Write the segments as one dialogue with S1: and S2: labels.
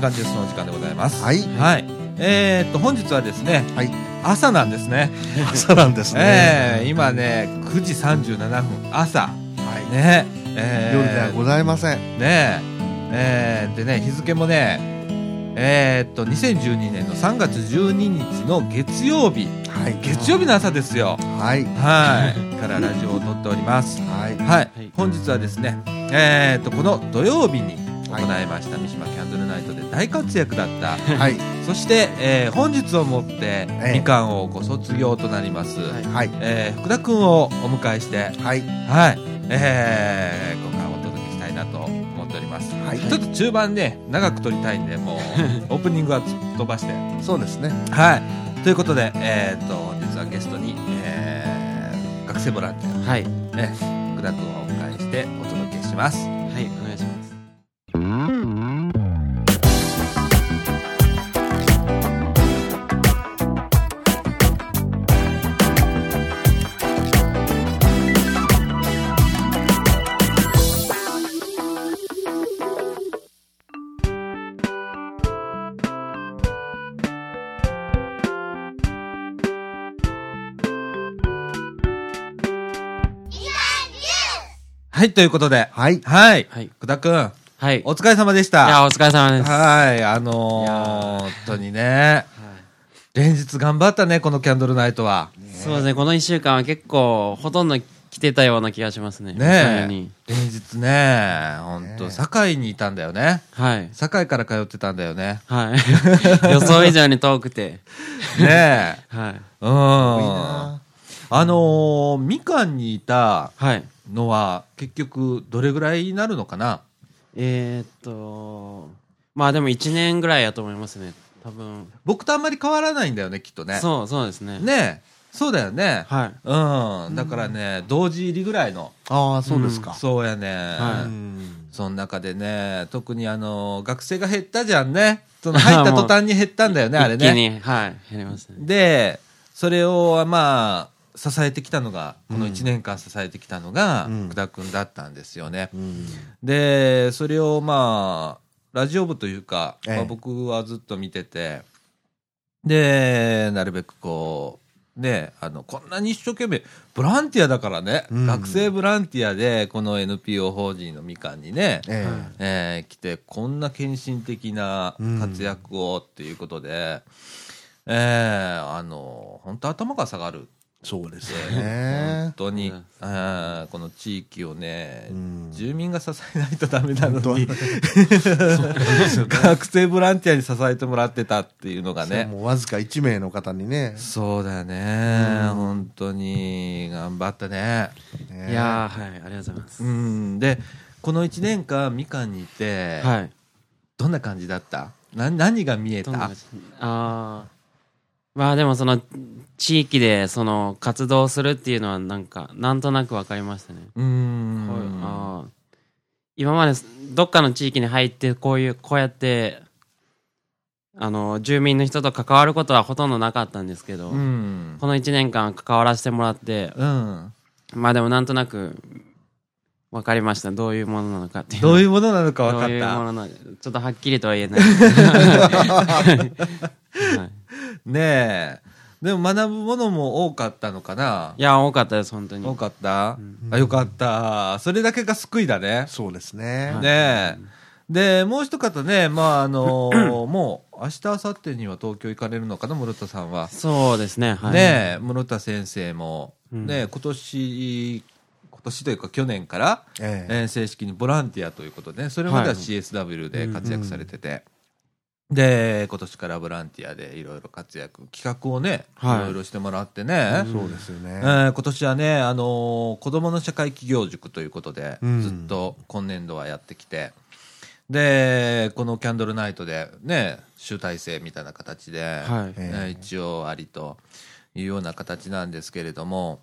S1: 感じですの時間でございます。
S2: はい
S1: はい。えーっと、本日はですね、
S2: はい
S1: 朝なんですね。
S2: 朝なんですね、
S1: えー、今ね、9時37分、朝。
S2: はい
S1: ねえー
S2: 夜ではございません
S1: ねええーでね、日付もね、えーっと、2012年の3月12日の月曜日、
S2: はい
S1: 月曜日の朝ですよ。
S2: はい
S1: はい。からラジオを撮っております。
S2: はい
S1: はい、
S3: い
S1: 本日はですね、えーっと、この土曜日に
S2: はい
S1: 行いました、三島キャンドルナイトで大活躍だった、
S2: はい
S1: そして、えー本日をもって
S2: え、
S1: みかんをご卒業となります、
S3: はい
S2: はい
S1: えー福田くんをお迎えして、
S2: はい
S1: はい、えー、今回お届けしたいなと思っております。
S2: はい
S1: ちょっと中盤ね、長く撮りたいんで、もう、 オープニングは突っ飛ばして。
S2: そうですね
S1: はい。ということで、えー、っと、本日はゲストに、えー、学生ボランティ
S3: はい、
S1: ア、ね、福田君をお迎えしてお届けします。
S3: はい、お願いします。
S1: はい、ということで、
S2: はい
S1: はい。
S3: はい、
S1: 福田君、
S3: はい。い
S1: お疲れ様でした。
S3: や、お疲れ様です。
S1: はい、あの
S3: いや
S1: ー、
S3: ー
S1: 本当にね、連日頑張ったね、このキャンドルナイトは。
S3: そうですね、この1週間は結構、ほとんど来てたような気がしますね。
S1: ねえ
S3: 本当に
S1: 連日ね本
S2: ね
S1: 当
S2: え
S1: 堺にいたんだよね
S3: はい。
S1: 堺から通ってたんだよ ね
S3: はい。 予想以上に遠くて。
S1: ねえ
S3: はい。
S1: うん
S2: 多いな
S1: あのー、みかんにいた
S3: はい。
S1: のは結局どれぐらいになるのかな
S3: えー、っと、まあでも1年ぐらいやと思いますね。多分。
S1: 僕とあんまり変わらないんだよねきっとね
S3: そう、そうですね。
S1: ねえそうだよね、
S3: はい。
S1: うんだからね同時入りぐらいの
S2: ああそうですか、
S1: そうやね、
S3: は
S2: う
S3: い
S2: ん
S1: その中でね特にあのー学生が減ったじゃんねその入った途端に減ったんだよね あれね
S3: 一気に、はい、減りますね。
S1: でそれをまあ支えてきたのがこの1年間支えてきたのが
S2: うん
S1: 福田君だったんですよね。
S2: うん
S1: でそれをまあラジオ部というか、
S2: ええ
S1: まあ、僕はずっと見ててでなるべくこうねあのこんなに一生懸命ボランティアだからね、
S2: うん
S1: 学生ボランティアでこの NPO 法人のみかんにね、
S2: ええ
S3: は
S1: えー来てこんな献身的な活躍をっていうことで、えーあの本当頭が下がる
S2: そうですよね
S1: 本当に、
S3: うん
S1: えーこの地域をね、
S2: うん
S1: 住民が支えないとダメなのに
S2: 本
S1: 学生ボランティアに支えてもらってたっていうのがね
S2: ねもうわずか1名の方にね
S1: そうだよね、
S2: うん
S1: 本当に頑張ったね。
S2: ね
S3: いやー、はい、ありがとうございます。
S1: うん、でこの1年間みかんにいて、
S3: はい。
S1: どんな感じだったな何が見え
S3: どんな
S1: た
S3: 感じああまあでもその地域でその活動するっていうのはなんかなんとなく分かりましたね、
S1: うーん
S3: こうあー今までどっかの地域に入ってこういうこうやってあの住民の人と関わることはほとんどなかったんですけど、
S1: うん
S3: この1年間関わらせてもらって
S1: うん
S3: まあでもなんとなく分かりましたどういうものなのかっていう
S1: どう
S3: う
S1: いうものなのか分か
S3: どう
S1: っ
S3: いう
S1: た
S3: ものなのかちょっとはっきりとは言えな い、はい
S1: ねえでも学ぶものも多かったのかない
S3: や、多かったです、本当に。
S1: 多かった、
S3: うん
S1: あよかったそれだけが救いだね
S2: そうですね
S3: は
S1: ね
S3: い
S1: えでもう一方ねまああの もう明日明後日には東京行かれるのかな室田さんは、
S3: そうですね、はい。
S1: ねえ室田先生も、
S3: うん
S1: ねえ今年今年というか去年から
S2: ええ
S1: えー正式にボランティアということでねそれまでは
S3: はい
S1: CSW で活躍されてて、で今年からボランティアでいろいろ活躍企画をね、
S3: はい
S1: いろいろしてもらってね、
S3: うん
S2: そうですよ
S1: え
S2: ね、
S1: ー今年はね、あのー子どもの社会企業塾ということで、
S2: うん
S1: ずっと今年度はやってきてでこのキャンドルナイトでね集大成みたいな形で、
S3: はい
S1: えー一応ありというような形なんですけれども、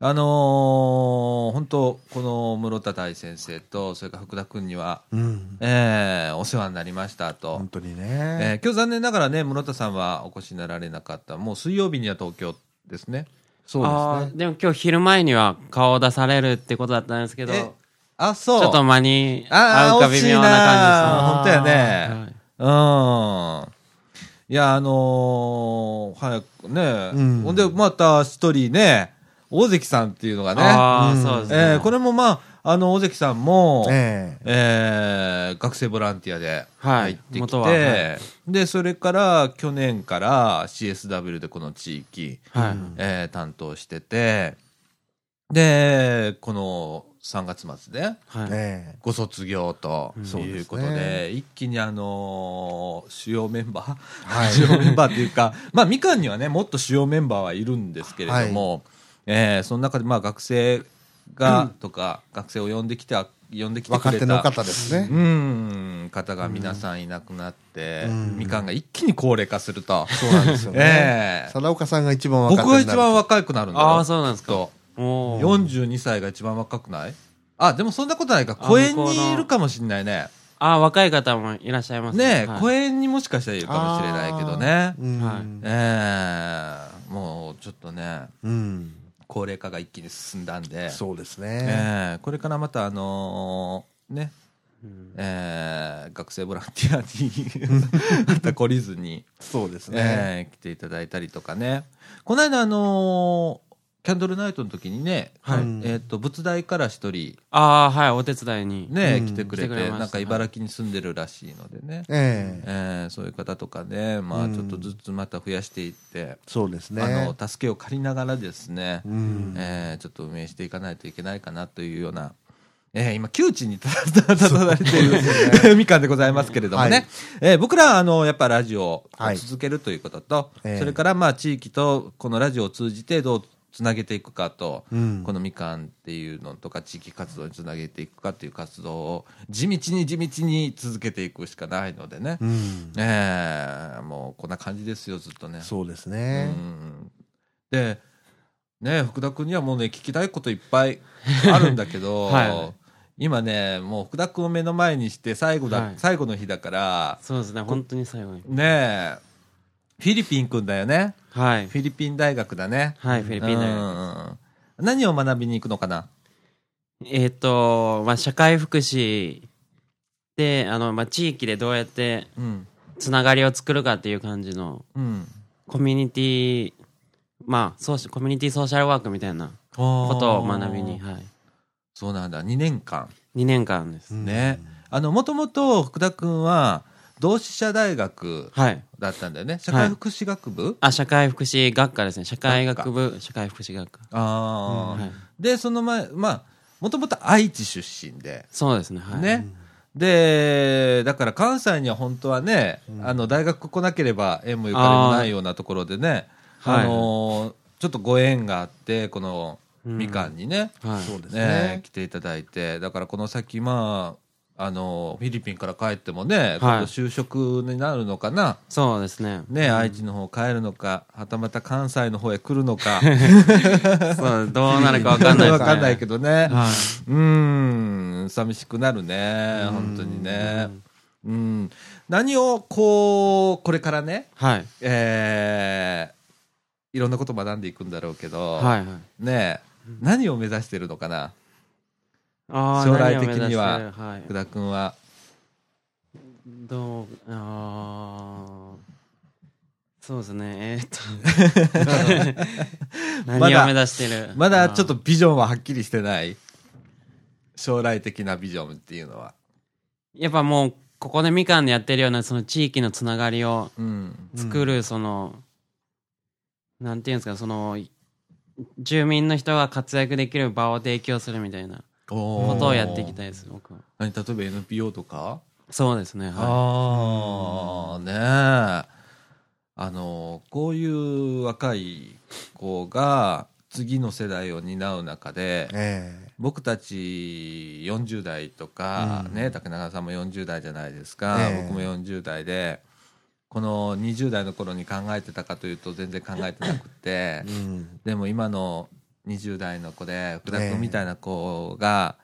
S1: あのー本当この室田大先生とそれから福田君には、
S2: うん
S1: えーお世話になりましたと
S2: 本、当に
S1: え
S2: ね、
S1: ー今日残念ながらね室田さんはお越しになられなかったもう水曜日には東京ですね。
S2: そう
S3: あ
S2: です
S3: ー
S2: ね
S3: でも今日昼前には顔を出されるってことだったんですけど、
S1: え
S3: ち
S1: あそう
S3: ょっと間に合
S1: ああ
S3: うか
S1: 惜
S3: 微
S1: しい
S3: 妙な
S1: な
S3: 感
S1: 本当や
S3: じですね
S1: ね、
S3: はい
S1: うん。いや、あのー早くね、
S2: うん
S1: ほんで、また一人ね、大関さんっていうのがね、
S3: ああ、
S2: うん
S3: そうですね。
S1: えーこれもまあ、あの、大関さんも、
S2: ええ
S1: えー学生ボランティアで
S3: は
S1: 入
S3: い
S1: ってきて、
S3: 元はは
S1: でそれから去年から CSW でこの地域、
S3: はい、
S1: えー担当しててでこの3月末で
S3: はい。
S2: え
S1: ご卒業と
S3: うん
S1: いうことで,、
S2: そうです
S1: 一気にあのー主要メンバー、
S2: は い
S1: 主要メンバーっていうかまあみかんにはねもっと主要メンバーはいるんですけれども、えーその中でまあ学生がとか、学生を呼んできて呼んできて
S2: え
S1: く
S2: 若
S1: れ
S2: 手の
S1: た
S2: 方ですね
S1: う。ん方が皆さんいなくなって、
S2: うん
S1: みかんが一気に高齢化すると、
S2: そうなんですよ
S1: え
S2: ね
S1: え。
S2: 佐田岡さんが一番若手
S1: 僕
S2: にな
S1: が
S2: る
S1: 一番若くなるんだよ
S3: ああ、そうなんですか。
S1: と
S3: おー
S1: 42歳が一番若くないあでもそんなことないか
S3: あ
S1: 公園
S3: 向こう
S1: に
S3: の
S1: いるかもしれないね
S3: ああ、若い方もいらっしゃいます
S1: ねえ、
S3: はい
S1: 公園にもしかしたらいるかもしれないけどね
S2: うん
S3: はい
S1: ええもうちょっとね
S2: うん。
S1: 高齢化が一気に進んだんで
S2: そうです
S1: え
S2: ね。
S1: えこれからまたあのーね
S3: うん
S1: えー学生ボランティアにまた懲りず に、
S2: そうですね。
S1: えー来ていただいたりとかねこの間あのーキャンドルナイトの時にね、
S3: はい
S2: うん
S1: えー、と仏大から一人
S3: ああ、はい、お手伝いに。
S1: ね、
S2: うん
S1: 来てくれて
S3: 来てくれました
S1: なんか茨城に住んでるらしいのでね、
S2: ええ。
S1: えーそういう方とかね、まあ、
S2: うん
S1: ちょっとずつまた増やしていって、
S2: そうですね。
S1: あの助けを借りながらですね、
S2: うん。
S1: えーちょっと運営していかないといけないかなというような、えー今、窮地に立た立たされているみかんでございますけれどもね、
S2: はい
S1: えー僕らはあのやっぱラジオを
S2: はい
S1: 続けるということと、
S2: ええ
S1: それからまあ地域とこのラジオを通じてどうつなげていくかと、
S2: うん
S1: このみかんっていうのとか地域活動につなげていくかっていう活動を地道に地道に続けていくしかないのでね、
S2: うん。
S1: えーもうこんな感じですよ、ずっとね。
S2: そうです
S1: う
S2: ね。
S1: んで、ね、福田君にはもうね、聞きたいこといっぱ いあるんだけど、
S3: は
S1: 今ね、もう福田君を目の前にして最後だ、
S3: はい
S1: 最後の日だから、
S3: そうですね、本当に最後に。
S1: ねえ、フィリピン君だよね。
S3: はい。
S1: フィリピン大学だね。
S3: はい、フィリピン大学。
S1: 学。何を学びに行くのかな
S3: えっ、と、まあ、社会福祉で、あの、まあ、地域でどうやって
S1: うん。
S3: つながりを作るかっていう感じの、
S1: うん。
S3: コミュニティ、まあ、ソーシコミュニティソーシャルワークみたいなことを学びに、。はい。
S1: そうなんだ、2年間。
S3: 2年間です。
S2: うん
S1: ね。あの、もともと福田君は、同志社大学
S3: はい。
S1: だったんだよね。社会福祉学部、
S3: あ、社会福祉学科ですね。社会学部、社会福祉学科。
S1: ああ、
S3: はい。
S1: でその前まあもともと愛知出身で、
S3: そうですね。はい。
S1: ねでだから関西には本当はね、
S2: ん
S1: あの大学来なければ縁もゆかりもないようなところでね
S3: あー
S1: あ、
S3: はい
S1: のーちょっとご縁があってこの
S3: うん
S1: みかんにね,、
S3: はい。
S2: そうです
S1: ね
S2: ね。
S1: 来ていただいてだからこの先まああのーフィリピンから帰ってもね、今度就職になるのかな、
S3: そうで すね。
S1: ね愛知の方帰るのかはたまた関西の方へ来るのか
S3: そう、どうなるかわかんないですね。
S1: わかんないけどね、
S3: は
S1: うーん、寂しくなるね、本当にね。うん、何をこう、これからね、
S3: はい。
S1: えーいろんなこと学んでいくんだろうけど、
S3: はいはい。
S1: ねえ何を目指してるのかな、
S3: あー
S1: 将来的
S3: 何を目指
S1: には
S3: してはい
S1: 福。田君は。
S3: どう、あーそうですね。えーっ と。
S1: ま
S3: 何
S1: だ
S3: を目指してる
S1: まだちょっと。ビジョンははっきりしてない。将来的なビジョンっていうのは。
S3: やっぱもう、ここでみかんでやってるような、その地域のつながりを
S1: うん。
S3: 作る、その、なんていうんですか、その、住民の人が活躍できる場を提供するみたいな
S1: こ
S3: ことをやっていきたいです、僕は。
S1: 何例えば NPO とか
S3: そうですね。は
S1: ああ、ねえ。あの、こういう若い子が次の世代を担う中で、
S2: え
S1: 僕たち40代とか、
S2: うん
S1: ね、竹中さんも40代じゃないですか、
S2: ええ
S1: 僕も40代で、この20代の頃に考えてたかというと全然考えてなくて
S2: え。う、ん。
S1: でも今の20代の子で福田
S2: ええ
S1: 君みたいな子が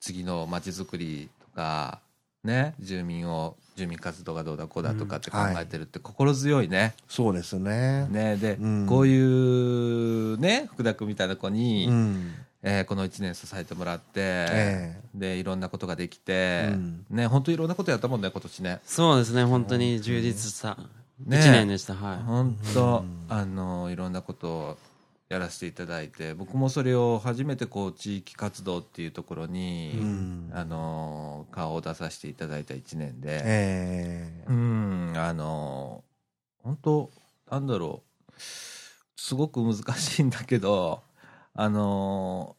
S1: 次のまちづくりとか、ね、住民を住民活動がどうだこうだとかって考えてるって心強いね。
S2: そうですね。
S1: ねで、
S2: うん
S1: こういうね福田君みたいな子に、
S2: うん。
S1: えーこの1年支えてもらって、
S2: え
S1: でいろんなことができて、
S2: えうん
S1: ね本当いろんなことやったもんね今年ね
S3: そうですね、本当に充実した1
S1: ね
S3: 年でした。は
S1: 本当、
S2: うん
S1: あのいろんなことをやらせていただいて僕もそれを初めてこう地域活動っていうところに、
S2: うん
S1: あの顔を出させていただいた1年で、
S2: ええ
S1: うんあの本当なんだろうすごく難しいんだけどあの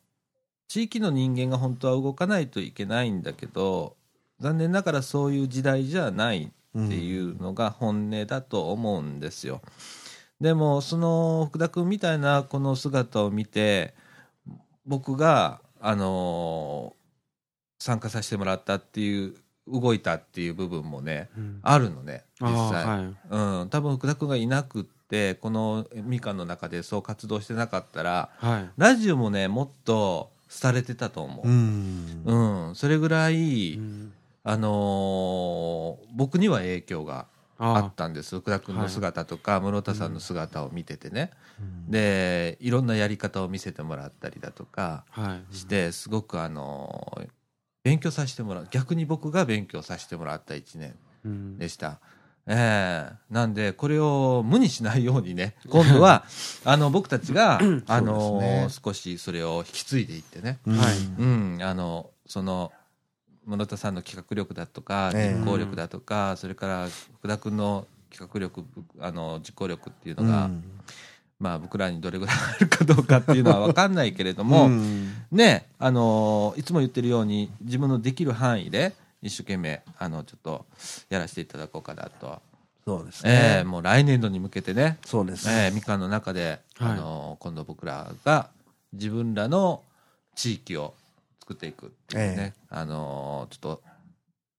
S1: 地域の人間が本当は動かないといけないんだけど残念ながらそういう時代じゃないっていうのが本音だと思うんですよ。でもその福田君みたいなこの姿を見て僕が、あのー参加させてもらったっていう動いたっていう部分もね
S3: い。うん
S1: あるのね実際、
S3: あーはい
S1: うん、多分福田君がいなくってこのみかんの中でそう活動してなかったら
S3: はい。
S1: ラジオもねもっと廃れてたと思う、
S2: うん
S1: う
S2: うん
S1: それぐらい、
S3: うん
S1: あのー僕には影響があ
S3: あ
S1: ったんです福田君の姿とか、室田さんの姿を見ててね、
S2: ん
S1: でいろんなやり方を見せてもらったりだとか
S3: あ。はい。
S1: してすごくあのー勉強させてもらう逆に僕が勉強させてもらった1年
S3: うん
S1: でした。ええなんでこれを無にしないようにね今度 はあの僕たちが、あのー
S2: そうです
S1: 少しそれを引き継いでいってね、
S2: うん
S3: はい
S1: うん、あのその室田さんの企画力だとか
S2: ええ
S1: 実行力だとか、それから福田君の企画力あの実行力っていう
S2: う
S1: のが、
S2: ん
S1: まあ、僕らにどれぐらいあるかどうかっていうのは分かんないけれども、
S2: うん
S1: ねあのいつも言ってるように自分のできる範囲で一生懸命あのちょっとやらせていただこうかなと、
S2: そうです
S1: ええ
S2: ね
S1: もう来年度に向けてね
S2: そうです
S1: えーみかんの中で、
S3: はい
S1: あの今度僕らが自分らの地域を作っていくっていうね、あのちょっと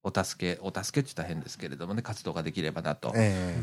S1: お助けお助けって言ったら変ですけれどもね活動ができればなと、え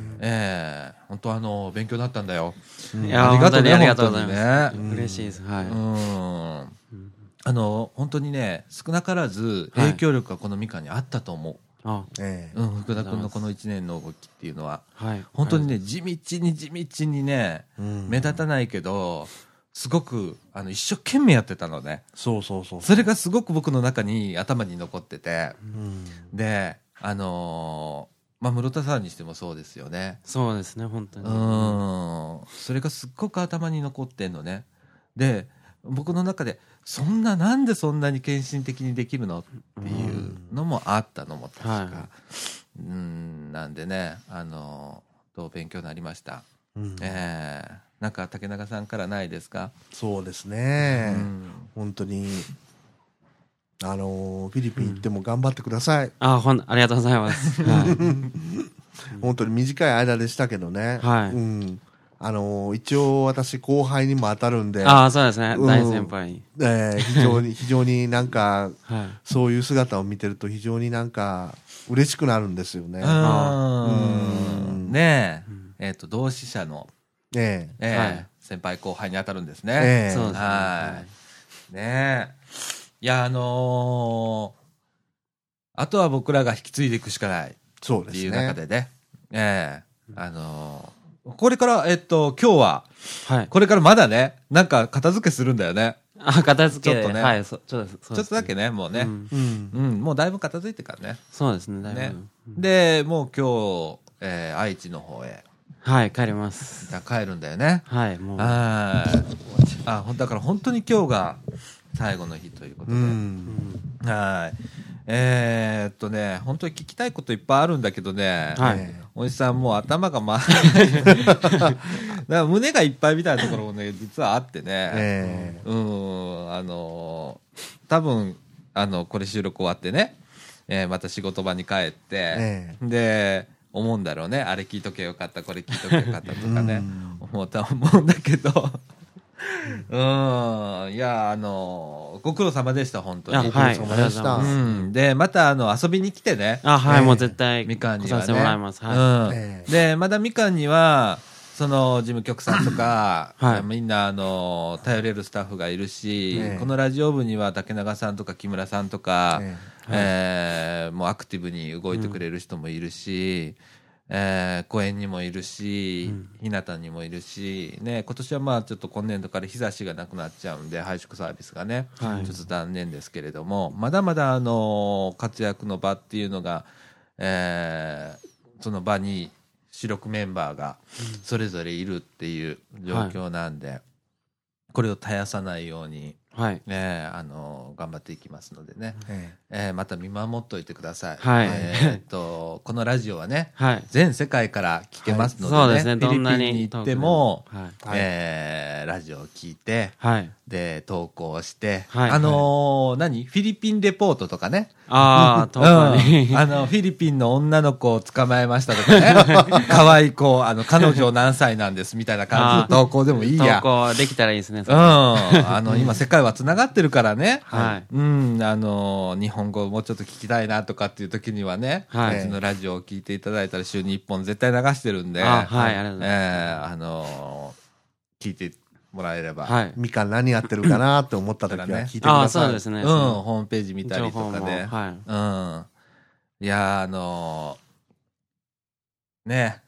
S1: え
S2: え
S1: 本当あの勉強になったんだよ、
S2: え
S3: いや
S1: ありがとうね
S3: 本当にありがとうござい
S1: 本
S3: ます。
S1: 当
S2: にね
S3: 嬉しいです。は
S1: う
S3: い。
S1: ん
S3: うん
S1: あの本当にね少なからず
S3: はい
S1: 影響力がこのみかんにあったと思
S3: あ
S2: ええ
S1: う、うん、福田君のこの1年の動きっていうのは
S3: はい。
S1: 本当にね地道に地道にね
S2: うん
S1: 目立たないけど、すごくあの一生懸命やってたのね
S2: そうそうそう
S1: それがすごく僕の中に頭に残ってて
S2: うん
S1: であのーまあ室田さんにしてもそうですよね
S3: そうですね、本当
S1: う
S3: に。は
S1: んそれがすっごく頭に残ってんのねで僕の中でそんななんでそんなに献身的にできるのっていうのもあったのも確か、
S3: は
S1: うんなんでねあのーどう勉強になりました、
S2: うん
S1: ええなんか竹中さんからないですか
S2: そうです
S1: う
S2: ね
S1: ん
S2: 本当にあのーフィリピン行っても頑張ってください
S3: あ、ほん、ありがとうございます。はい。
S2: 本当に短い間でしたけどね
S3: はい
S2: うんあのー一応私後輩にも当たるんで
S3: ああ、そうですね、
S2: うん
S3: 大先輩に。
S2: ええ非常に非常になんか
S3: はい。
S2: そういう姿を見てると非常になんか嬉しくなるんですよね。
S1: う
S2: うんん
S1: ね
S3: うん
S1: え、えっ、と、同志社の、
S2: え
S1: ええ
S3: はい
S1: 先輩後輩に当たるんです
S2: え
S1: ね。
S2: ええ
S3: そうですね。
S1: はいねえ。いや、あのーあとは僕らが引き継いでいくしかないっ
S2: そうで
S1: てい
S2: す
S1: う中で
S2: ね。
S1: ね。ええあのーこれから、えっと、今日は、
S3: はい。
S1: これからまだね、なんか片付けするんだよね。
S3: あ、片付け
S1: ちょっとね
S3: はい、そちょっと、
S1: ちょっとだけ
S3: ね。
S1: ね、もうね、
S3: う
S1: うん。
S3: ん
S2: うん。
S1: もうだいぶ片付いてからね。
S3: そうですね、だい
S1: ね
S3: ぶ。うん
S1: で、もう今日、えー愛知の方へ、
S3: はい、帰ります。
S1: 帰るんだよね。
S3: はい、もう。
S1: はい。あ、ほんだから本当に今日が最後の日ということ
S2: う。
S1: で。
S3: うんん
S1: はい。えーっとね、本当に聞きたいこといっぱいあるんだけどね。
S3: はい
S2: え
S1: おじさんもう頭が回ら ない。だから胸がいっぱいみたいなところもね、実はあって
S2: え
S1: ね。
S2: え
S1: うーん、あのー多分、あの、これ収録終わってね、えーまた仕事場に帰って、
S2: え
S1: で、思うんだろうね。あれ聞いとけよかった、これ聞いとけよかったと
S2: え
S1: かね。思った思うんだけど。 うーん。いや、あの、ご苦労様でした、本
S3: い
S1: 当
S3: や、
S1: に。
S3: はい、あり
S2: ご
S3: が
S2: 苦
S3: とう
S2: 労様
S3: ご
S2: で
S3: ざ
S2: した
S3: い
S1: う
S3: ます。
S1: ん。で、また、あの、遊びに来てね。
S3: あ、は
S2: え
S3: い、
S2: え
S3: もう絶対、
S1: みかんには
S3: 来
S1: ね
S3: させてもらいます。は
S2: え
S3: い。
S1: うん。
S2: え
S1: で、まだみかんには、その、事務局さんとか、
S3: はい
S1: みんな、あの、頼れるスタッフがいるし
S2: ええ、
S1: このラジオ部には竹永さんとか木村さんとか、
S2: え
S1: えーもうアクティブに動いてくれる人もいるし、えー公園にもいるし
S3: うん、
S1: 日向にもいるし、ね、今年はまあちょっと今年度から日差しがなくなっちゃうんで、配色サービスがね、
S3: はい
S1: ちょっと残念ですけれども、まだまだ、あのー活躍の場っていうのが、えーその場に主力メンバーがそれぞれいるっていう状況なんで、これを絶やさないように、
S3: はい。
S1: ね、あのー頑張っていきますのでね。
S2: え
S1: えーまた見守っておいてください。
S3: はい
S1: えーっと、このラジオはね、
S3: はい。
S1: 全世界から聞けますのでね、
S3: そうですね、どんな
S1: フィリピンに
S3: に
S1: 行っても、
S3: 遠くでもはい。
S2: はい
S1: えーラジオを聞いて、
S3: はい。
S1: で、投稿して、
S3: はい
S1: あのー何フィリピンレポートとかね。
S3: ああ、遠く
S1: うん
S3: に。
S1: あの、フィリピンの女の子を捕まえましたとか ね。可愛い子、あの、彼女何歳なんですみたいな感じの投稿でもいいや。
S3: 投稿できたらいいですね。
S1: うん。あの、今世界は繋がってるからね。
S3: はい
S1: うん、あの、日本語をもうちょっと聞きたいなとかっていう時にはね、
S3: は
S1: う
S3: い
S1: ちのラジオを聞いていただいたら週に1本絶対流してるんで、
S3: あはいありがとうござい
S1: えーあの、聞いてもらえれば。
S3: はい
S2: え。 みかん何やってるかなって思った時
S1: だ
S2: は
S1: からね
S2: 聞いてく
S3: ああ、
S2: だ
S3: そ
S2: さ
S3: う
S2: い。
S3: ですね。
S1: うん、
S3: その
S1: ホームページ見たりとか
S3: 情
S1: ね。
S3: 報もは
S1: う
S3: い。
S1: ん。いやー、あのー ね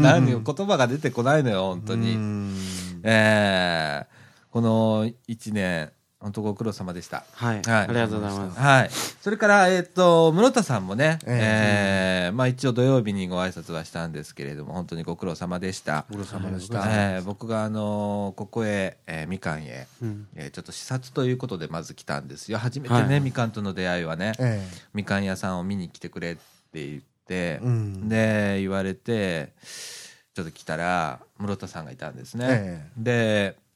S1: 何よ言葉が出てこないのよ、本当に。
S2: うん
S1: えーこの1年、本当ご苦労様でした。
S3: は
S1: は
S3: い。
S1: い
S3: ありがとうございます。
S1: はい。それから、えっ、と、室田さんもね、
S2: え
S1: えーまあ一応土曜日にご挨拶はしたんですけれども、本当にご苦労様でした。
S2: ご苦労様でし
S3: は
S2: た。
S1: えー僕が、あのーここへ、えーみかんへ、
S3: うん
S1: えーちょっと視察ということでまず来たんですよ。初めてね、
S3: はい
S1: みかんとの出会いはね、
S2: え
S1: みかん屋さんを見に来てくれって言って
S2: え、うん。
S1: で、言われて、ちょっと来たら、室田さんがいたんですね。
S2: ええ
S1: で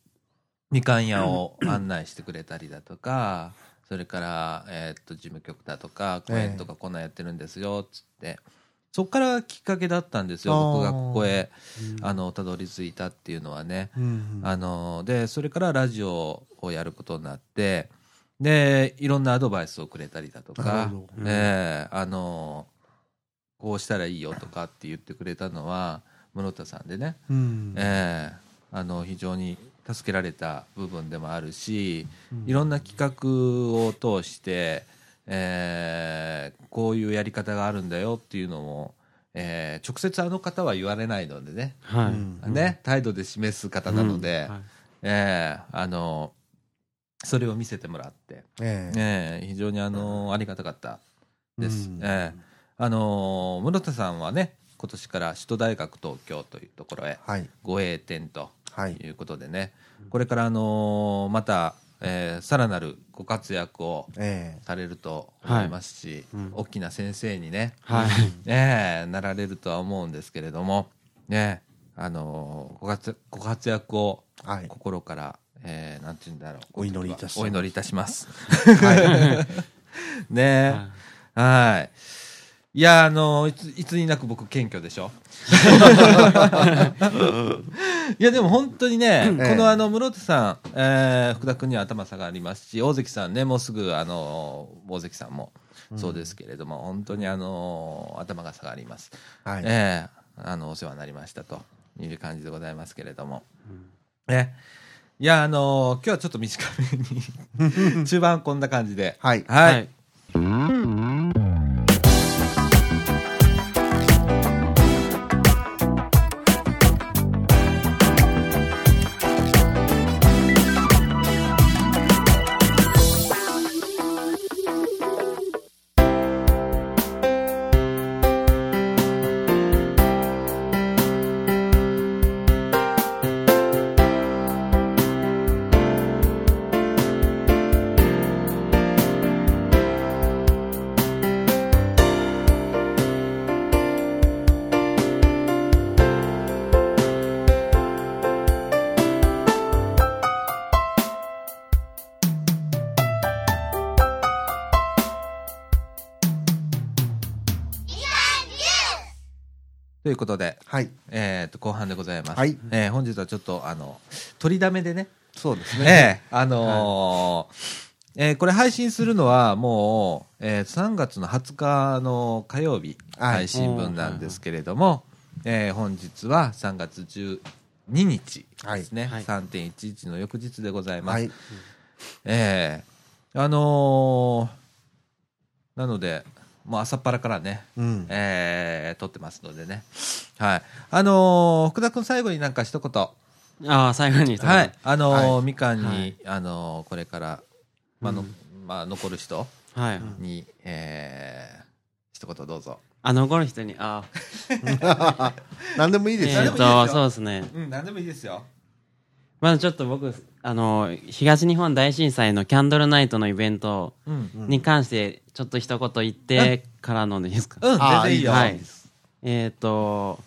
S1: みかん屋を案内してくれたりだとかそれから、えーっと事務局だとか公園とかこんなんやってるんですよっつって、そっからきっかけだったんですよ
S2: あー
S1: 僕がここへ
S3: うん
S1: あのたどり着いたっていうのはね。
S2: うん
S1: あのでそれからラジオをやることになってでいろんなアドバイスをくれたりだと
S2: なる
S1: か
S2: ほど。
S3: うん
S1: ええあのこうしたらいいよとかって言ってくれたのは室田さんでね。
S2: うん
S1: ええあの非常に助けられた部分でもあるし、
S2: うん
S1: いろんな企画を通して、ええこういうやり方があるんだよっていうのも、ええ直接あの方は言われないのでね,、
S3: はい。
S2: うん
S1: ね態度で示す方なので、
S3: うんはい
S1: ええあのそれを見せてもらって、
S2: え
S1: え
S2: え
S1: え非常にあのありがたかったです。
S2: うん
S1: ええあの室田さんはね今年から首都大学東京というところへ
S2: はい。
S1: 護衛店と
S2: はい。
S1: いうことでね、これから、あのーまた、えーさらなるご活躍を
S2: え
S1: されると思いますし、
S3: はいうん
S1: 大きな先生にね、
S3: はい。
S1: ねえなられるとは思うんですけれども、ねえあのーご活ご活躍を
S2: えはい。
S1: 心から、えーなんて言うんだろう
S2: お祈りいたします
S1: お祈りいたし ます。
S2: は
S1: ねえ、はい。いや、あの、いつ、いつになく僕謙虚でしょ いや、でも本当にね、
S2: ええ
S1: このあの、室戸さん、えー福田君には頭下がりますし、大関さんね、もうすぐ、あの、大関さんも、そうですけれども、本当にあの、頭が下がります。
S2: い。はい。
S1: ええあの、お世話になりましたという感じでございますけれども。ね。いや、あの今日はちょっと短め に、中盤こんな感じで。
S2: はい
S1: はい。
S3: はい
S1: ということで、
S2: はい。
S1: えー、と後半でございます、
S2: はい
S1: えー本日はちょっとあの取りだめでね、
S2: そうですね。
S1: えーあのーえーこれ配信するのはもう、えー3月の20日の火曜日
S2: はい
S1: 配信分なんですけれども、えー本日は3月12日ですね、
S3: はいはい
S1: 3.11の翌日でございます、
S2: はい。
S1: ええあのーなので、もう朝っぱらからね、
S2: うん。
S1: えー撮ってますのでね。はい。あのー福田君最後になんか一言。
S3: ああ、最後に。
S1: はい。。あのーみかんに、
S3: はい
S1: あのーこれから、まあの、
S3: うん
S1: まあ、残る人
S3: はい。
S1: に、えー一言どうぞ。
S3: あの、この人に、ああ、
S2: 何でもいいです
S3: え
S1: 何
S3: っ
S1: で
S2: よ
S1: も。
S3: と、そうですね。
S1: うん、何でもいいですよ。
S3: まだちょっと僕、あの、東日本大震災のキャンドルナイトのイベント
S1: うん。
S2: うん
S3: に関して、ちょっと一言言ってからのでいいですか。
S1: うん、全
S2: あー
S1: 然いいよ。
S2: いい
S3: はい。えっ、と、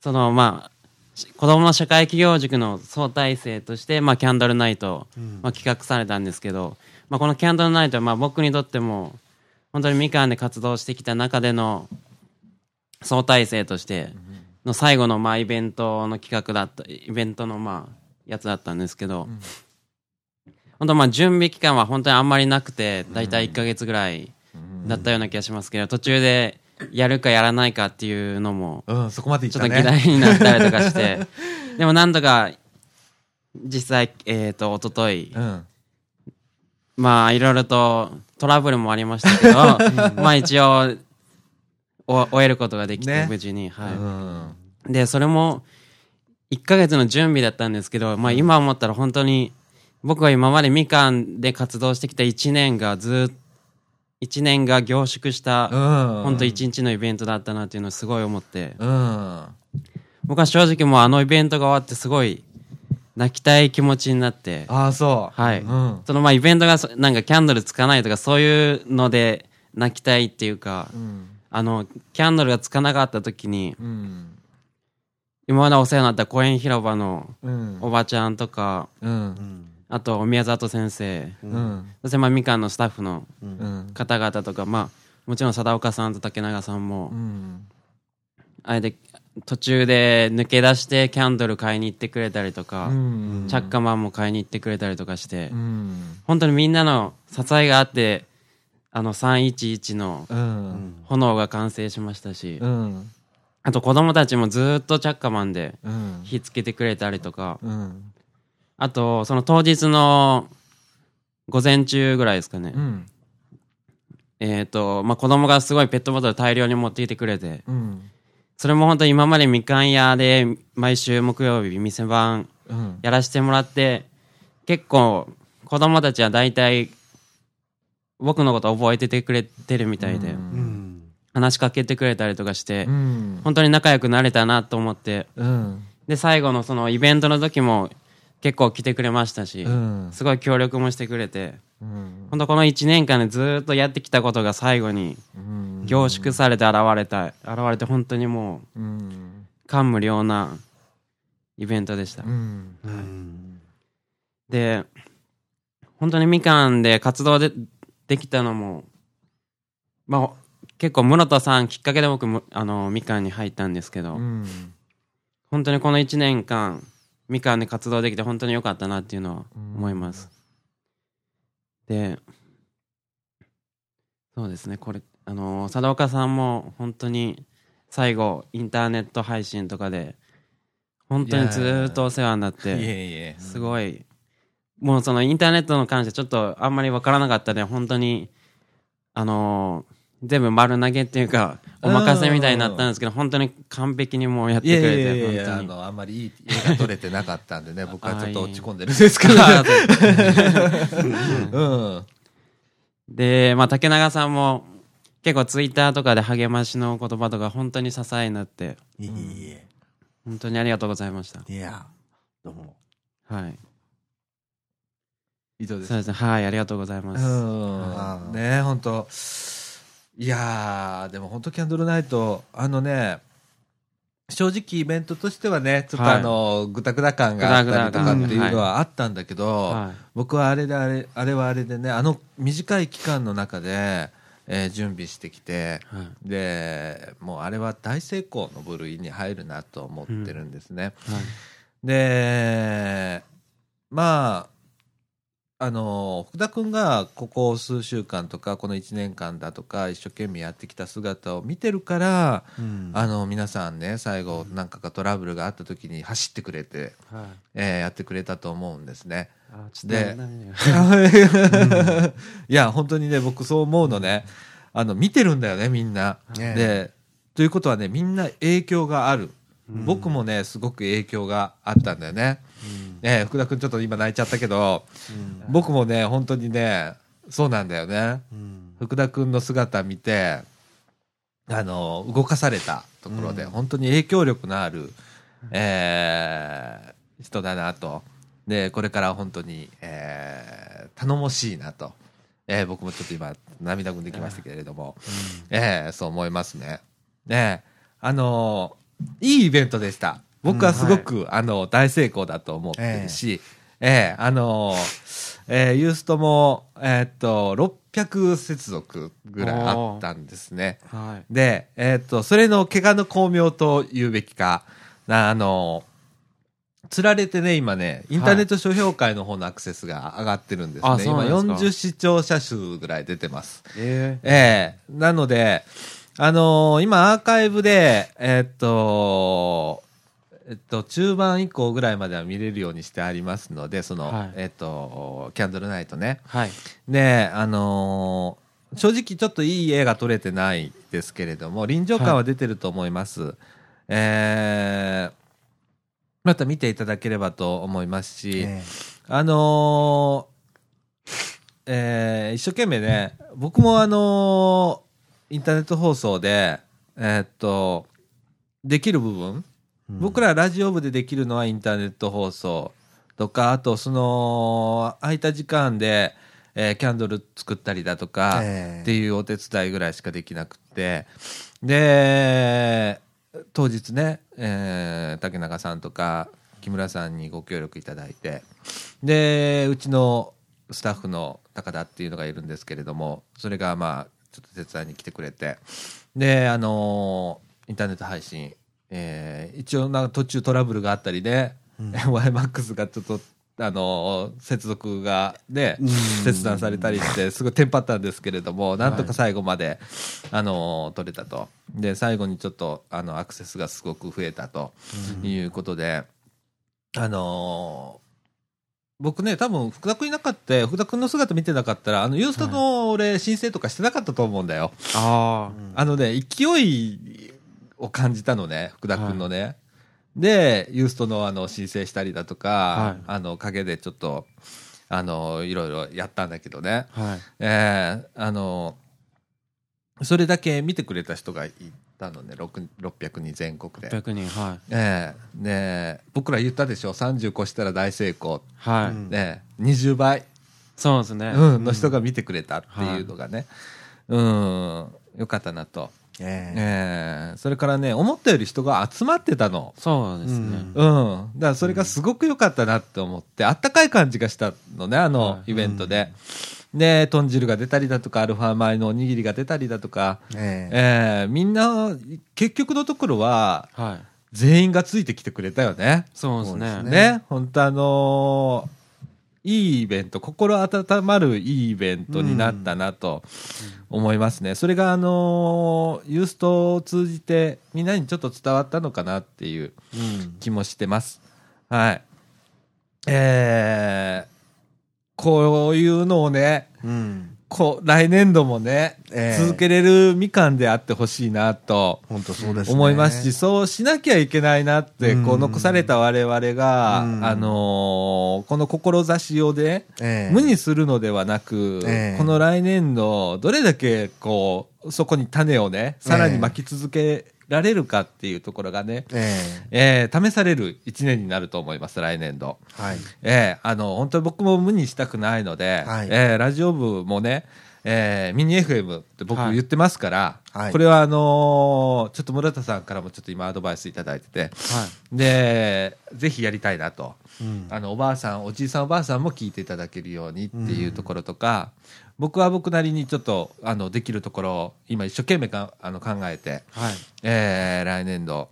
S3: その、まあ、し子供の社会企業塾の総体制として、まあ、キャンドルナイト、
S2: うん
S3: まあ、企画されたんですけど、まあ、このキャンドルナイトは、まあ、僕にとっても、本当にみかんで活動してきた中での総体制としての最後の、まあ、イベントの企画だった、イベントの、まあ、やつだったんですけど、
S1: ん
S3: 本当、まあ、準備期間は本当にあんまりなくて、だいたい1ヶ月ぐらい、
S1: うん
S3: だったような気がしますけど、途中でやるかやらないかっていうのも、
S1: うん、そこまでいっ
S3: ち
S1: た
S3: ょっと
S1: ね。
S3: 議題になったりとかして、でもなんとか、実際、えっ、と、一昨日
S1: うん。
S3: まあ、いろいろとトラブルもありましたけど、まあ一応、お終えることができて、
S1: ね
S3: 無事に。はい。
S1: うん。
S3: で、それも、1ヶ月の準備だったんですけど、まあ今思ったら本当に、僕は今までみかんで活動してきた1年がずっ1年が凝縮した、
S1: うん。
S3: 本当一日のイベントだったなっていうのをすごい思って、
S1: うん。
S3: 僕は正直もうあのイベントが終わってすごい泣きたい気持ちになって、
S1: ああ、そう。
S3: はい
S1: うん。
S3: そのまあイベントがそなんかキャンドルつかないとかそういうので泣きたいっていうか
S1: う、ん。
S3: あの、キャンドルがつかなかった時に、
S1: うん。
S3: 今までお世話になった公園広場の
S1: うん。
S3: おばちゃんとか、
S1: うん
S2: う。ん
S3: あと宮里先生、
S1: うん。
S3: そしてまあみかんのスタッフの
S1: うん。
S3: 方々とか、まあもちろん貞岡さんと竹永さんも、
S1: うん。
S3: あれで途中で抜け出してキャンドル買いに行ってくれたりとか、
S1: うん。
S3: チャッカマンも買いに行ってくれたりとかして、
S1: うん。
S3: 本当にみんなの支えがあってあの311の
S1: うん。
S3: 炎が完成しましたし、
S1: うん。
S3: あと子供たちもずーっとチャッカマンで
S1: うん。
S3: 火つけてくれたりとか
S1: うん。
S3: あとその当日の午前中ぐらいですかね、
S1: うん。
S3: えっ、と、まあ、子供がすごいペットボトル大量に持ってきてくれて
S1: うん。
S3: それも本当に今までみかん屋で毎週木曜日店番
S1: うん。
S3: やらせてもらって結構子供たちは大体僕のこと覚えててくれてるみたい
S1: う
S3: で、
S1: ん
S2: うん
S3: 話しかけてくれたりとかして、
S1: うん。
S3: 本当に仲良くなれたなと思って
S1: うん。
S3: で最後のそのイベントの時も結構来てくれましたし、
S1: うん。
S3: すごい協力もしてくれて
S1: うん。
S3: 本当この1年間でずーっとやってきたことが最後に
S1: うん。
S3: 凝縮されて現れた現れて本当にも
S1: うん。
S3: う感無量なイベントでした。
S1: うん。
S2: うん
S3: で本当にみかんで活動でできたのもまあ結構室田さんきっかけで僕もあのみかんに入ったんですけど、
S1: うん。
S3: 本当にこの1年間みかんで活動できて本当に良かったなっていうのは思います、でそうですねこれあの佐岡さんも本当に最後インターネット配信とかで本当にずーっとお世話にな
S1: い
S3: って
S1: えいえ。
S3: すごい。もうそのインターネットの関してちょっとあんまりわからなかったで、本当に、あのー全部丸投げっていうか、お任せみたいになったんですけど、本当に完璧にもうやって
S1: いや
S3: く
S1: い
S3: れ
S1: やいやい
S3: て、
S1: や、あ
S3: 本当に。
S1: の、あんまりいい絵が撮れてなかったんでね、僕はちょっと
S3: あ
S1: 落
S3: いえいえ
S1: ち込んでるんですから。うん。
S3: で、まあ、竹永さんも、結構ツイッターとかで励ましの言葉とか、本当に支えになって、
S2: いいえ
S3: 本当にありがとうございました。
S2: いや、どうも。
S3: はい。
S1: 以上です
S3: そう。ですね。はい、ありがとうございます。
S1: う。
S2: うんん
S1: ね本当いやー、でも本当キャンドルナイト、あのね、正直イベントとしてはね、ちょっと
S3: はい
S1: あの、ぐたぐた感があったりとかっていうのはあったんだけど、
S3: は
S1: 僕はあれであれ、あれはあれでね、あの短い期間の中で、えー準備してきて、
S3: い。はい。
S1: で、もうあれは大成功の部類に入るなと思ってるんですね。
S3: はい。
S1: でまああの福田君がここ数週間とかこの1年間だとか一生懸命やってきた姿を見てるから、
S2: うん
S1: あの皆さんね最後何かがトラブルがあった時に走ってくれて、
S3: はい。
S1: えーやってくれたと思うんですね。
S3: あ、ちょっと
S1: で
S3: 涙が。
S1: いや本当にね僕そう思うのね。あの見てるんだよねみんな。
S2: ね
S1: でということはねみんな影響がある。僕もねすごく影響があったんだよね。ね福田君ちょっと今泣いちゃったけど僕もね本当にねそうなんだよね。
S2: うん
S1: 福田君の姿見てあの動かされたところで、
S2: うん
S1: 本当に影響力のある、えー人だなとでこれから本当に、えー頼もしいなと、えー僕もちょっと今涙ぐんできましたけれども、えーそう思いますね。ねあのいいイベントでした。僕はすごく、あの大成功だと思ってるし、ええあのえーユーストも、えーっと、600接続ぐらいあったんですね。
S3: はい。
S1: で、えーっと、それの怪我の巧妙と言うべきか、なあのつられてね、今ね、インターネット商評会の方のアクセスが上がってるんですね。
S3: あそ
S1: 今
S3: うなんですか
S1: 40視聴者数ぐらい出てます。
S3: え
S1: ええなので、あのー今アーカイブで、えーっと、えっと、中盤以降ぐらいまでは見れるようにしてありますので、その、
S3: はい
S1: えっと、キャンドルナイトね。
S3: はい。
S1: で、あのー正直ちょっといい絵が撮れてないですけれども、臨場感は出てると思います。えーまた見ていただければと思いますし、
S2: ね
S1: あのーえー一生懸命ね、僕もあのーインターネット放送で、えーっと、できる部分、
S2: うん
S1: 僕らラジオ部でできるのはインターネット放送とか、あとその、空いた時間で、えーキャンドル作ったりだとか、
S2: ええ
S1: っていうお手伝いぐらいしかできなくってで当日ね、えー竹中さんとか木村さんにご協力いただいてでうちのスタッフの高田っていうのがいるんですけれどもそれがまあちょっと手伝いに来てくれてであのーインターネット配信、えー一応なんか途中トラブルがあったりで、YMAX がちょっとあのー接続がね
S2: うん
S1: 切断されたりしてすごいテンパったんですけれどもなんとか最後まで、あの取れたとで最後にちょっとあのアクセスがすごく増えたということで、あの僕ね多分福田君いなかった福田君の姿見てなかったらあのユースタの俺申請とかしてなかったと思うんだよ、
S3: あ
S1: あのね勢いを感じたのね福田君のね、でユーストのあの申請したりだとか、
S3: はい
S1: あの陰でちょっとあのいろいろやったんだけどね、
S3: あ。はい。
S1: えーあのそれだけ見てくれた人がいたのね6 600人全国で、
S3: 600人。はい。
S1: えーねえ、僕ら言ったでしょ30越したら大成功、
S3: はい。
S2: うん
S1: ねえ、20倍、
S3: そうですね。
S1: うん、の人が見てくれたっていうのがね、うんよかったなと、
S2: ね
S1: えーそれからね思ったより人が集まってたの。
S3: そうですね。
S2: うん
S1: うん、だからそれがすごく良かったなって思って、あったかい感じがしたのね、あ
S3: は
S1: の
S3: い
S1: イベントで。で、豚汁が出たりだとか、アルファ米のおにぎりが出たりだとか、
S2: ね
S1: えーみんな、結局のところは、
S3: はい。
S1: 全員がついてきてくれたよね。
S3: そうです
S2: そう
S3: ね。
S2: です
S1: ね、本当あのーいいイベント、心温まるいいイベントになったなと思いますね。それがあのーユーストを通じてみんなにちょっと伝わったのかなっていう
S2: うん
S1: 気もしてます。はい。えー、こういうのをね、
S2: うん
S1: こう、来年度もね、
S2: ええ
S1: 続けれるみかんであってほしいなと
S2: 本当そうですね
S1: 思いますし、そうしなきゃいけないなって、こう、
S2: うん
S1: 残された我々が、
S2: うん
S1: あのーこの志をね、
S2: ええ
S1: 無にするのではなく、
S2: ええ
S1: この来年度、どれだけ、こう、そこに種をね、さらに巻き続けられるかっていうところがね、
S2: え
S1: えー試される1年になると思います、来年度。
S2: えはい
S1: えーあの、本当に僕も無にしたくないので、
S2: はい
S1: えーラジオ部もね、えーミニ FM って僕
S3: はい
S1: 言ってますから、
S2: はい
S1: これはあのーちょっと村田さんからもちょっと今アドバイスいただいてて、
S3: はい。
S1: で、ぜひやりたいなと。
S2: うん
S1: あの、おばあさん、おじいさんおばあさんも聞いていただけるようにっていうところとか、僕は僕なりにちょっと、あの、できるところを今一生懸命かあの考えて、
S3: はい。
S1: えー来年度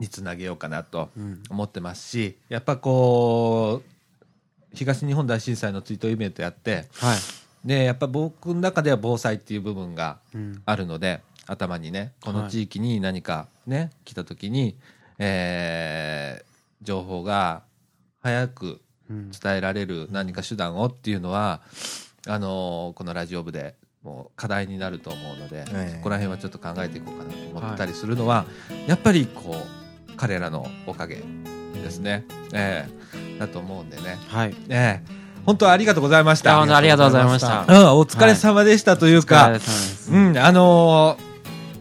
S1: につなげようかなと
S3: うん。
S1: 思ってますし、やっぱこう、東日本大震災の追悼イベントやって、
S3: はい。
S1: で、やっぱ僕の中では防災っていう部分が
S3: うん。
S1: あるので、頭にね、こ
S3: は
S1: の
S3: い
S1: 地域に何かね、来た時に、えー情報が早く
S3: うん
S1: 伝えられる何か手段をっていうのは、あのーこのラジオ部でもう課題になると思うので、
S2: ええ
S1: そこら辺はちょっと考えていこうかなと思ったりするのは、やっぱりこう彼らのおかげですね、ええだと思うんでね、
S3: はい。い
S1: ええ本当ありがとうございまし
S3: や
S1: た。
S3: 本当ありがとうございました。
S1: うん、お疲れ様でしたというか、
S3: お疲れ様です
S1: うん、あのー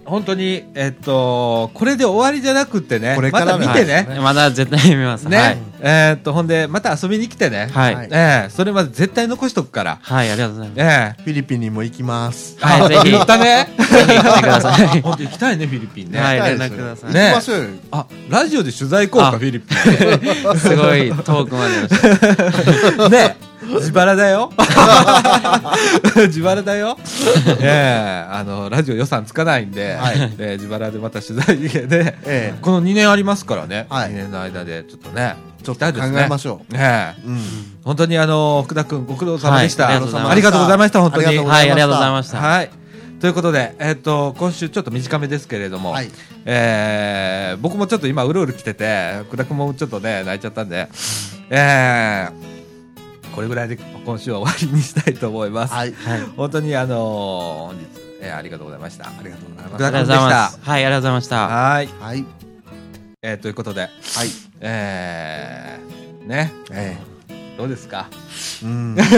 S1: 本当に、えっと、これで終わりじゃなくってね、
S2: これか
S1: また
S2: ら
S1: 見て
S2: なんです
S1: ね。
S2: ね
S3: まだ絶対見ます。
S1: ね、
S3: はい。
S1: えっと、ほんで、また遊びに来てね。
S3: はい。
S2: はい
S1: ええそれまで絶対残しとくから。
S3: はい、ありがとうございます。
S1: ええ
S2: フィリピンにも行きます。
S3: はい、ぜひ、
S1: 行ったね。
S3: ぜひ来てくださ い。
S1: 本当行きたいね、フィリピンね。
S3: はい、
S2: 行
S3: 連
S2: きたい
S3: 絡
S2: です
S3: ください。
S1: ね
S2: 行きましょうよ。
S1: あ、ラジオで取材行こうか、
S3: あ
S1: フィリピン。
S3: すごい遠くまでの 人。
S1: ね。自腹だ よ。自腹だよ。ええあの、ラジオ予算つかないんで、
S2: はい
S1: ええ自腹でまた取材で、
S2: え
S1: この2年ありますからね、
S2: はい
S1: 2年の間でちょっとね
S2: え、ちょっと考えましょ
S1: う、ねえ
S2: う。うん。
S1: 本当にあの福田君ご苦労様でした、
S3: はい
S1: ありがとうございました本当に
S2: ありがとうございました
S3: はい、ありがとうございました。
S1: はいということで、えっと今週ちょっと短めですけれども、
S2: はい
S1: えー僕もちょっと今うるうる来てて福田君もちょっとね泣いちゃったんで、えーこれぐらいで今週は終わりにしたいと思います、
S2: はい。
S1: 本当にあの本日、えーありがとうございました
S2: ありがとうござい
S1: 福
S2: ます。
S1: 田
S3: あり
S1: 君
S3: がとうご
S1: で
S3: ざい
S1: し
S3: ます
S1: た。
S3: はい、ありがとうございました。
S1: はい、
S2: はい。
S1: えーということで
S2: はい。
S1: えー、ね
S2: え
S1: どうですか、
S2: え。 うん。
S1: ダメ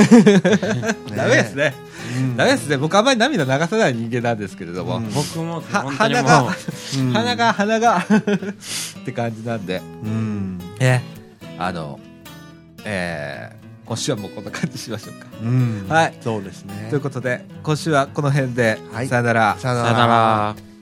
S1: ですね、
S2: うん。
S1: ダメですね僕あんまり涙流さない人間なんですけれども、
S2: うん
S3: 僕も、
S1: は
S3: 本当に
S1: 鼻
S3: も
S1: が
S3: う、
S2: うん
S1: 鼻。が鼻が って感じなんで
S2: うん。
S1: えあのえー、今週はもうこんな感じしましょうか、
S2: うん。
S1: はい
S2: そうですね
S1: という。ことで今週はこの辺で、
S2: はい
S1: さよなら
S2: さよ
S3: さよなら。